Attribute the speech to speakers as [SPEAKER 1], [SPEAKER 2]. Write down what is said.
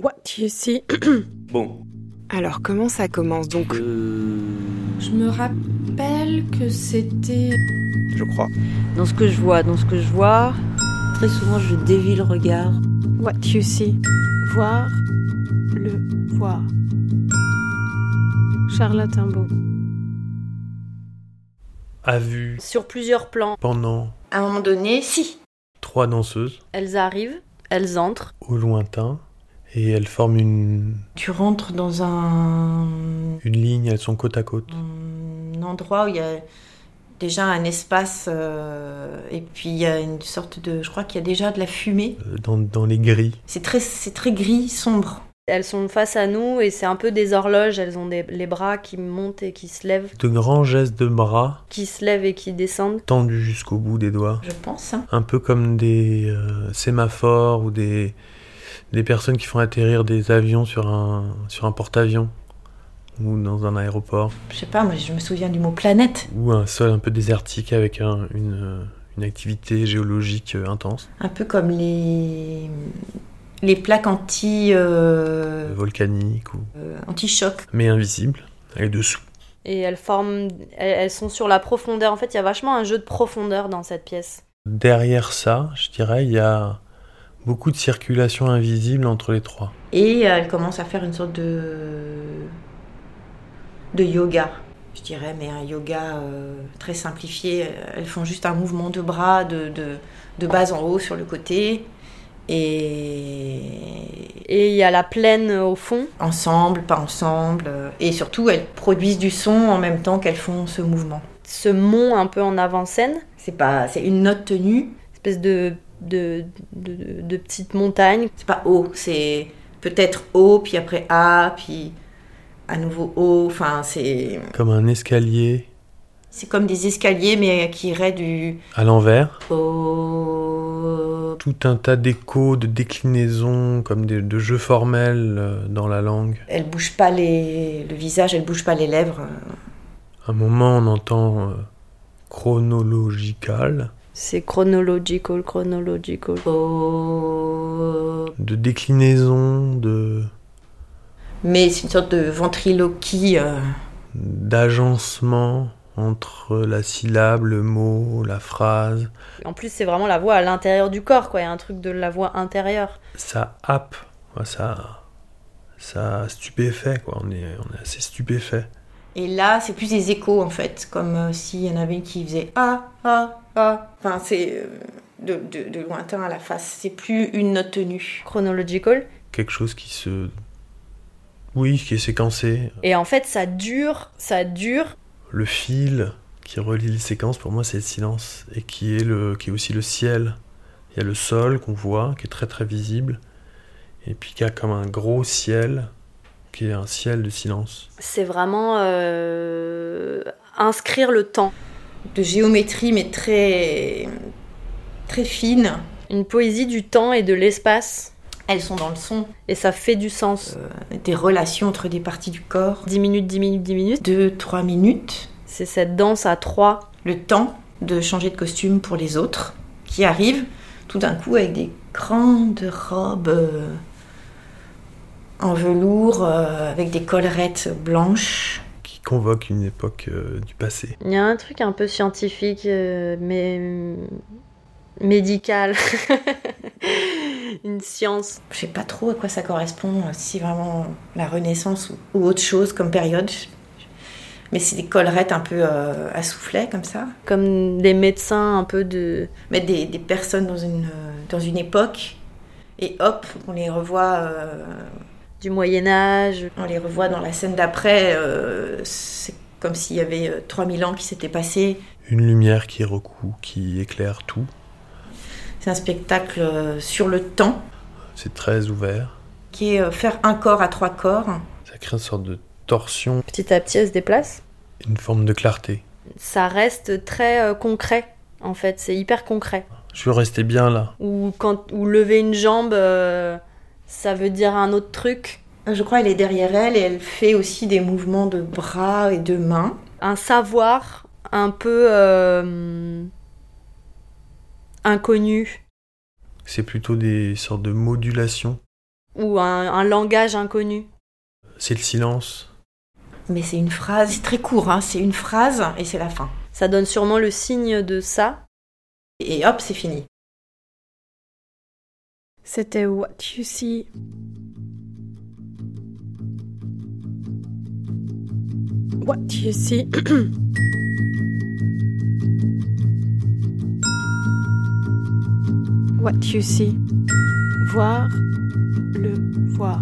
[SPEAKER 1] What you see.
[SPEAKER 2] Bon.
[SPEAKER 3] Alors comment ça commence donc
[SPEAKER 4] Je me rappelle que c'était.
[SPEAKER 2] Je crois.
[SPEAKER 5] Dans ce que je vois, dans ce que je vois, très souvent je dévie le regard.
[SPEAKER 1] What you see.
[SPEAKER 4] Voir. Le voir. Charlotte Imbeau.
[SPEAKER 6] a vu
[SPEAKER 7] Sur plusieurs plans,
[SPEAKER 6] pendant
[SPEAKER 8] À un moment donné, si.
[SPEAKER 6] trois danseuses
[SPEAKER 7] elles arrivent, elles entrent.
[SPEAKER 6] au lointain et elles forment une,
[SPEAKER 8] Tu rentres dans un,
[SPEAKER 6] une ligne, elles sont côte à côte.
[SPEAKER 8] un endroit où il y a déjà un espace euh, et puis il y a une sorte de. Je crois qu'il y a déjà de la fumée.
[SPEAKER 6] euh, Dans, dans les grilles,
[SPEAKER 8] C'est très, c'est très gris, sombre.
[SPEAKER 7] Elles sont face à nous et c'est un peu des horloges, elles ont des, les bras qui montent et qui se lèvent,
[SPEAKER 6] de grands gestes de bras
[SPEAKER 7] qui se lèvent et qui descendent.
[SPEAKER 6] tendus jusqu'au bout des doigts.
[SPEAKER 8] Je pense. hein.
[SPEAKER 6] Un peu comme des euh, sémaphores ou des, des personnes qui font atterrir des avions sur un, sur un porte-avions ou dans un aéroport
[SPEAKER 8] Je sais pas, moi je me souviens du mot planète.
[SPEAKER 6] ou un sol un peu désertique avec un- une, euh, une activité géologique euh, intense,
[SPEAKER 8] Un peu comme les, les plaques anti, euh,
[SPEAKER 6] euh, volcanique ou
[SPEAKER 8] euh, anti-choc.
[SPEAKER 6] mais invisible avec dessous.
[SPEAKER 7] Et elles forment, elles, elles sont sur la profondeur. En fait, il y a vachement un jeu de profondeur dans cette pièce.
[SPEAKER 6] Derrière ça, je dirais, il y a beaucoup de circulation invisible entre les trois.
[SPEAKER 8] Et euh, elle commence à faire une sorte de. de yoga, je dirais, mais un yoga euh, très simplifié. Elles font juste un mouvement de bras, de, de, de bas en haut sur le côté, et.
[SPEAKER 7] Et il y a la plaine au fond.
[SPEAKER 8] ensemble, pas ensemble. euh, Et surtout, elles produisent du son en même temps qu'elles font ce mouvement.
[SPEAKER 7] ce mont un peu en avant-scène,
[SPEAKER 8] C'est pas. c'est une note tenue,
[SPEAKER 7] espèce de, de, de, de petite montagne.
[SPEAKER 8] c'est pas haut, c'est peut-être haut, puis après A, puis à nouveau haut, enfin c'est.
[SPEAKER 6] Comme un escalier
[SPEAKER 8] C'est comme des escaliers, mais qui iraient du
[SPEAKER 6] à l'envers,
[SPEAKER 8] haut.
[SPEAKER 6] tout un tas d'échos, de déclinaisons, comme des, de jeux formels euh, dans la langue.
[SPEAKER 8] Elle bouge pas les... le visage, elle bouge pas les lèvres.
[SPEAKER 6] À un moment, on entend euh, chronological,
[SPEAKER 7] C'est chronological, chronological.
[SPEAKER 8] euh, Haut.
[SPEAKER 6] de déclinaisons, de
[SPEAKER 8] Mais c'est une sorte de ventriloquie. euh,
[SPEAKER 6] d'agencement entre la syllabe, le mot, la phrase.
[SPEAKER 7] En plus, c'est vraiment la voix à l'intérieur du corps, quoi. Il y a un truc de la voix intérieure.
[SPEAKER 6] Ça happe, Ouais, ça, ça stupéfait, quoi. On est, on est assez stupéfait.
[SPEAKER 8] Et là, c'est plus des échos en fait, comme euh, s'il y en avait une qui faisait ah ah ah. Enfin, c'est euh, de, de- de lointain à la face. C'est plus une note tenue.
[SPEAKER 7] Chronological.
[SPEAKER 6] quelque chose qui se. Oui, qui est séquencé.
[SPEAKER 7] Et en fait, ça dure, ça dure.
[SPEAKER 6] Le fil qui relie les séquences, pour moi, c'est le silence. Et qui est, le... qui est aussi le ciel. Il y a le sol qu'on voit, qui est très très visible. Et puis qui a comme un gros ciel, qui est un ciel de silence.
[SPEAKER 7] C'est vraiment euh, inscrire le temps.
[SPEAKER 8] De géométrie, mais très très fine.
[SPEAKER 7] Une poésie du temps et de l'espace.
[SPEAKER 8] Elles sont dans le son. Euh,
[SPEAKER 7] Et ça fait du sens.
[SPEAKER 8] Des relations entre des parties du corps.
[SPEAKER 7] 10 minutes, 10 minutes, 10 minutes.
[SPEAKER 8] Deux, trois minutes.
[SPEAKER 7] C'est cette danse à trois.
[SPEAKER 8] Le temps de changer de costume pour les autres qui arrivent tout d'un coup avec des grandes robes euh, en velours euh, avec des collerettes blanches.
[SPEAKER 6] Qui convoque une époque euh, du passé.
[SPEAKER 7] Il y a un truc un peu scientifique, euh, mais médical. Une science.
[SPEAKER 8] Je sais pas trop à quoi ça correspond, euh, si c'est vraiment la Renaissance ou, ou autre chose comme période. Mais c'est des collerettes un peu euh, à soufflet comme ça.
[SPEAKER 7] Comme des médecins un peu de...
[SPEAKER 8] Mettre des, des personnes dans une, euh, dans une époque et hop, on les revoit, euh,
[SPEAKER 7] du Moyen-Âge.
[SPEAKER 8] on les revoit dans la scène d'après. euh, c'est comme s'il y avait euh, 3000 ans qui s'étaient passés.
[SPEAKER 6] Une lumière qui recoue, qui éclaire tout.
[SPEAKER 8] C'est un spectacle euh, sur le temps
[SPEAKER 6] C'est très ouvert.
[SPEAKER 8] qui est euh, faire un corps à trois corps.
[SPEAKER 6] Ça crée une sorte de torsion,
[SPEAKER 7] Petit à petit, elle se déplace.
[SPEAKER 6] une forme de clarté.
[SPEAKER 7] Ça reste très euh, concret, en fait. C'est hyper concret.
[SPEAKER 6] Je suis resté bien là.
[SPEAKER 7] Ou, quand, ou lever une jambe, euh, ça veut dire un autre truc.
[SPEAKER 8] Je crois elle est derrière elle et elle fait aussi des mouvements de bras et de mains.
[SPEAKER 7] Un savoir un peu... euh, inconnu.
[SPEAKER 6] C'est plutôt des sortes de modulations
[SPEAKER 7] Ou un, un langage inconnu.
[SPEAKER 6] C'est le silence.
[SPEAKER 8] Mais c'est une phrase, c'est très court, hein, c'est une phrase et c'est la fin.
[SPEAKER 7] Ça donne sûrement le signe de ça.
[SPEAKER 8] Et hop, c'est fini.
[SPEAKER 1] C'était What You See. What You See. What You See.
[SPEAKER 4] voir, le voir.